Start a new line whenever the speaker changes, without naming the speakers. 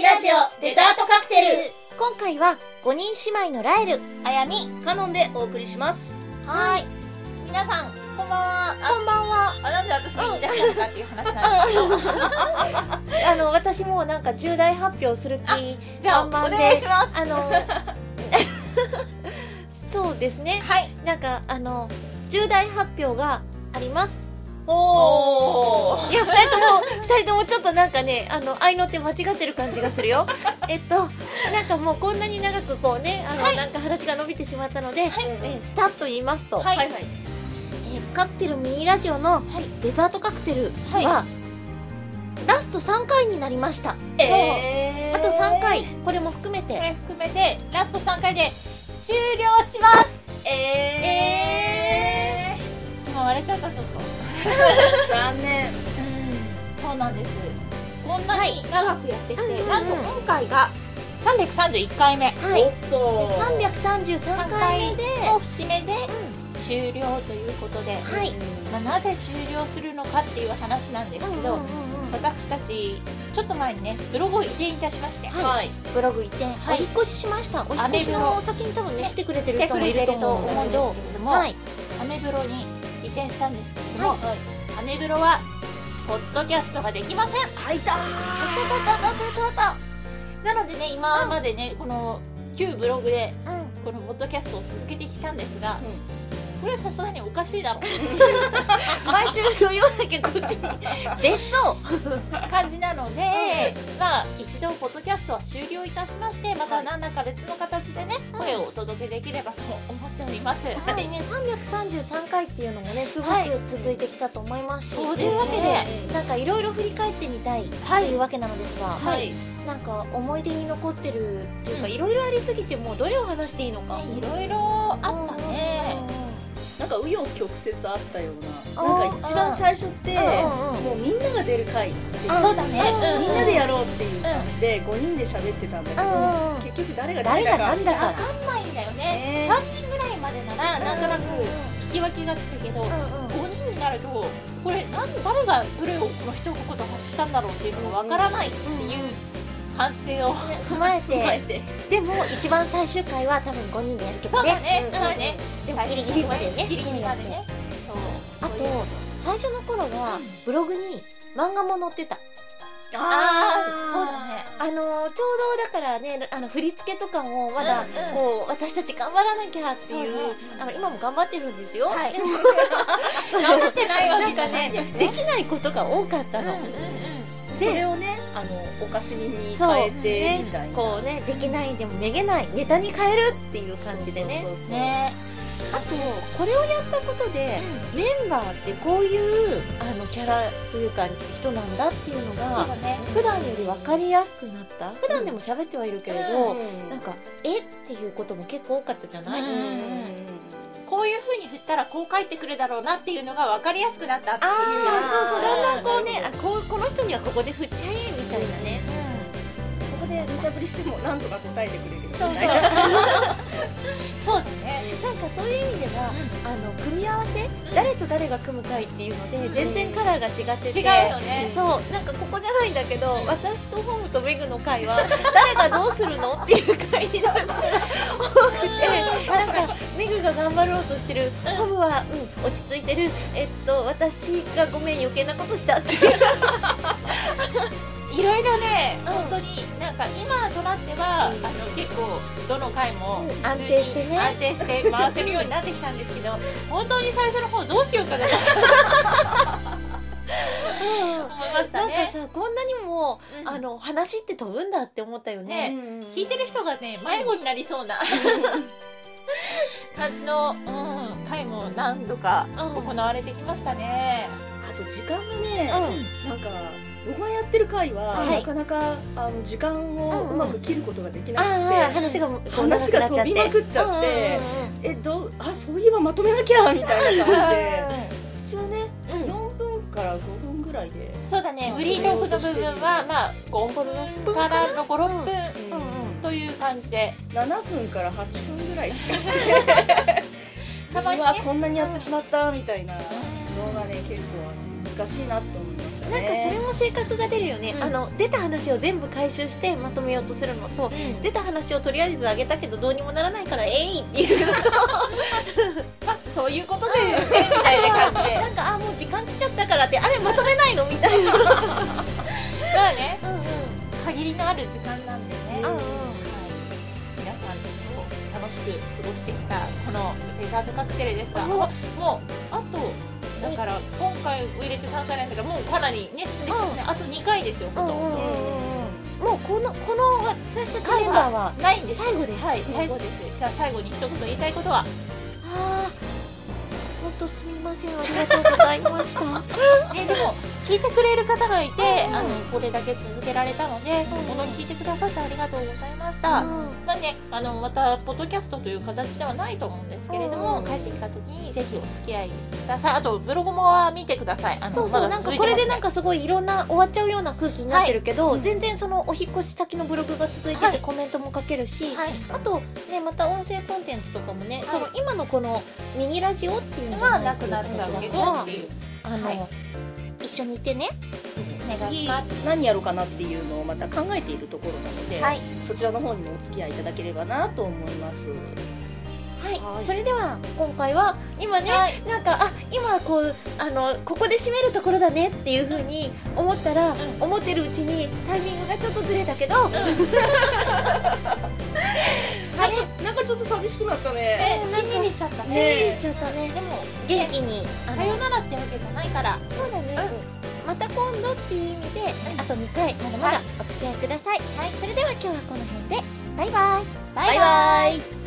デザートカクテル
今回は5人姉妹のラエル
あやみ
カノンでお送りします
はい皆さんこんばんは
こんばんは
ああなんで私が言い出したのかっていう話なんですけど
あの私もなんか重大発表する気
じゃあ
こ
お
んばんで
願いします
あ のそうですね
はい
なんかあの重大発表があります
お
いや二人とも二人ともちょっとなんかねあの愛の手間違ってる感じがす るよえっとなんかもうこんなに長くこうねあの、
はい
なんか話が伸びてしまったので、
はい
えースタッと言いますと、
はい
えーカクテルミニラジオの
はい
デザートカクテルは、
はい
ラスト3回になりました
え
あと3回これも含めて、
これ含めてラスト3回で終了します
えー、
今割れちゃったちょっと
残念
そうなんですこんなに長くやってきて、
はいうんうんうん
なんと今回が331回目
はい
おっと
333回目で、
の節目で終了ということで、
はい、
まあ、なぜ終了するのかっていう話なんですけど、
うんうんうん
私たちちょっと前にねブログを移転いたしまして、
はい
はい
ブログ移転、
はい
お引っ越ししましたお引っ越しの先に多分ね
ね
来てくれて
来
る
て
人
く
も
れ
い
て
る
る
と
と
思うん
思うん
で
ですけれども、
はい、
アメブロに移転したんですけれども、
はい
アメブロはポッドキャストができません
はいたー
なのでね今までねこの旧ブログで
う
こ
ん
のポッドキャストを続けてきたんですが、これはさすがにおかしいだろ う
毎週土曜だけこっちに 別荘
感じなので、まあ一度ポッドキャストは終了いたしましてまた何らか別の形でね、
うん
声をお届けできればと思っております、
やっぱりね333回っていうのもねすごく
はい
続いてきたと思いますし、
そう
と
ですね
いうわけでなんかいろいろ振り返ってみたいと
はい
いうわけなのですが、
はい
なんか思い出に残ってるっていうか
うん
いろいろありすぎてもうどれを話していいのか、
ねいろいろあったね、
なんか紆余曲折あったような
あー
なんか一番最初って
うんうん
もうみんなが出る回っていう
うん
そうだね、
うん
みんなでやろうっていう感じで5人で喋ってたんだけど
うんうん
結局誰が
誰が
誰だか
なんだ
わ
か
かんないんだよね
ね
3人ぐらいまでならなんとなく聞き分けがつくけど、
うんうん
5人になるとこれなん誰がどれをこの一言をしたんだろうっていうのがわからないっていう反省を
踏まえ
踏まえ
てで
て
も一番最終回は多分5人でやるけ
そ
ど
う
ね
だね、そうだね、
でもギリギリまでね
ギリギリまでねそう
あと最初の頃は
うん
ブログに漫画も載ってた
あーそうだね
あのーちょうどだからねあの振り付けとかもまだ
うんうん
こう私たち頑張らなきゃっていう
そうね
あの今も頑張ってるんですよ、
はい
でも
頑張ってないわけじゃないんだ
な
よ
んか
ね
できないことが多かったの、
うんうん
そ
で
れをねあのおかしみに変えてみたいな
こうねできないでもめげないネタに変えるっていう感じでね
そうそう
う
そ
ん
う
ね
あとこれをやったことで、メンバーってこういうあのキャラというか人なんだっていうの
そう
が
だね
普段より分かりやすくなった普段でも喋ってはいるけれ
う
ど、
うん
なんか「えっ?」ていうことも結構多かったじゃない、
うん
うんうん
こういう風に振ったらこう返ってくるだろうなっていうのが分かりやすくなったっていう
ああそうそうだんだんこうね
な
あこうこの人にはここで振っちゃえみたいなね、
ここで無茶ぶりしてもなんとか答えてくれるみ
そう
た
そう
いな
そうだね
なんかそういう意味では、あの組み合わせ、誰と誰が組む会っていうので、
ん
全然カラーが違ってて
違うよね
そうなんかここじゃないんだけど、私とホームとメグの会は誰がどうするのっていう会になるのが多くてなんかメグが頑張ろうとしてるホームは、うん、落ち着いてるえっと私がごめん余計なことしたっていう
いろいろね、
うん
本当になんか今となっては、あの結構どの回も
うん
普通に
安定してね
安定して回せるようになってきたんです けど本当に最初の方どうしようかなと思いまし
な
た
んか
ね。
さこんなにも、
うん
あの話って飛ぶんだって思ったよね。
ね聞いてる人がね迷子になりそうな感じの、うん、回も何度か行われてきましたね。
あと時間がね
うん
なんか僕がやってる回は、
はい
なかなかあの時間
うん
を
うん
うまく切ることができな
あ
くて、
あ話がもうこう長
話
くな
が
っちゃ
飛
って
びまくっちゃって、えどうあそういえばまとめなきゃみたいな感じで普通ね、
うん
4分から5分ぐらいで、
そうだねフリートークの部分はまあ5分からの56分
う
う
ん
んうん
という感じで
7分から8分ぐらい使って
たまに
う
ね
わこんなにやってしまったみたいな動
ん
画ね結構あの難しいなって思いましした
なんかそれ
ね
も性格が出るよね、
うん
あの出た話を全部回収してまとめようとするのと出た話をとりあえずあげたけどどうにもならないからえいっていう
まあそういうことで、ね、みたいな感じで
なんかあもう時間来ちゃったからってあれまとめないのみたいなうんうん
まあね限りのある時間なんでね、
あ
はい、
あ
皆さんと楽しく過ごしてきたこのデザートカクテルですが
お
もうあとだから今回を入れて3回なんだけどもうかなりね進みますねあと2回ですよほとんど
もうこのこの私たちメンバーは
ないんです
最後です、
はい最後ですじゃあ最後に一言言いたいことは
ああ本当すみませんありがとうございましたうん
ね、でも聞いてくれる方がいて、
うん
あのこれだけ続けられたので、
ん
この聞いてくださってありが とうございました、まあね、あのまたポッドキャストという形ではないと思うんですけれども、
うん
帰ってきた時にぜひお付き合いくださいあとブログもは見てくださいあの
そうそ
ま
う、
だ
なんか
続い
こ
て
れ
ます
でなんかすごいいろんな終わっちゃうような空気になってるけど、全然そのお引っ越し先のブログが続いて
は
て
い
コメントも書けるし、
はい
あとねまた音声コンテンツとかもね、
い
その今のこのミニラジオっていうの
ま
が
あなくなっちゃうけどっていう
あの、
はい
一緒にいてね
お願いし
次
ます
何やろうかなっていうのをまた考えているところなので、
はい
そちらの方にもお付き合いいただければなと思います。
はい、
はい
それでは今回は今ね、
はい
なんかあ今こうあのここで締めるところだねっていうふうに思ったら、
ん
思ってるうちにタイミングがちょっとずれたけ ど、
なんかちょっと寂しくなったね。
でしんみりしちゃった
しん
ね
ね
みりしちゃったね
でも
元気にあ
さ
の
よならってわけじゃないから
そうだね、また今度っていう意味で、あと2回まだまだお付き合いください、
はい
それでは今日はこの辺でバイバイ
バイバイ
バイ。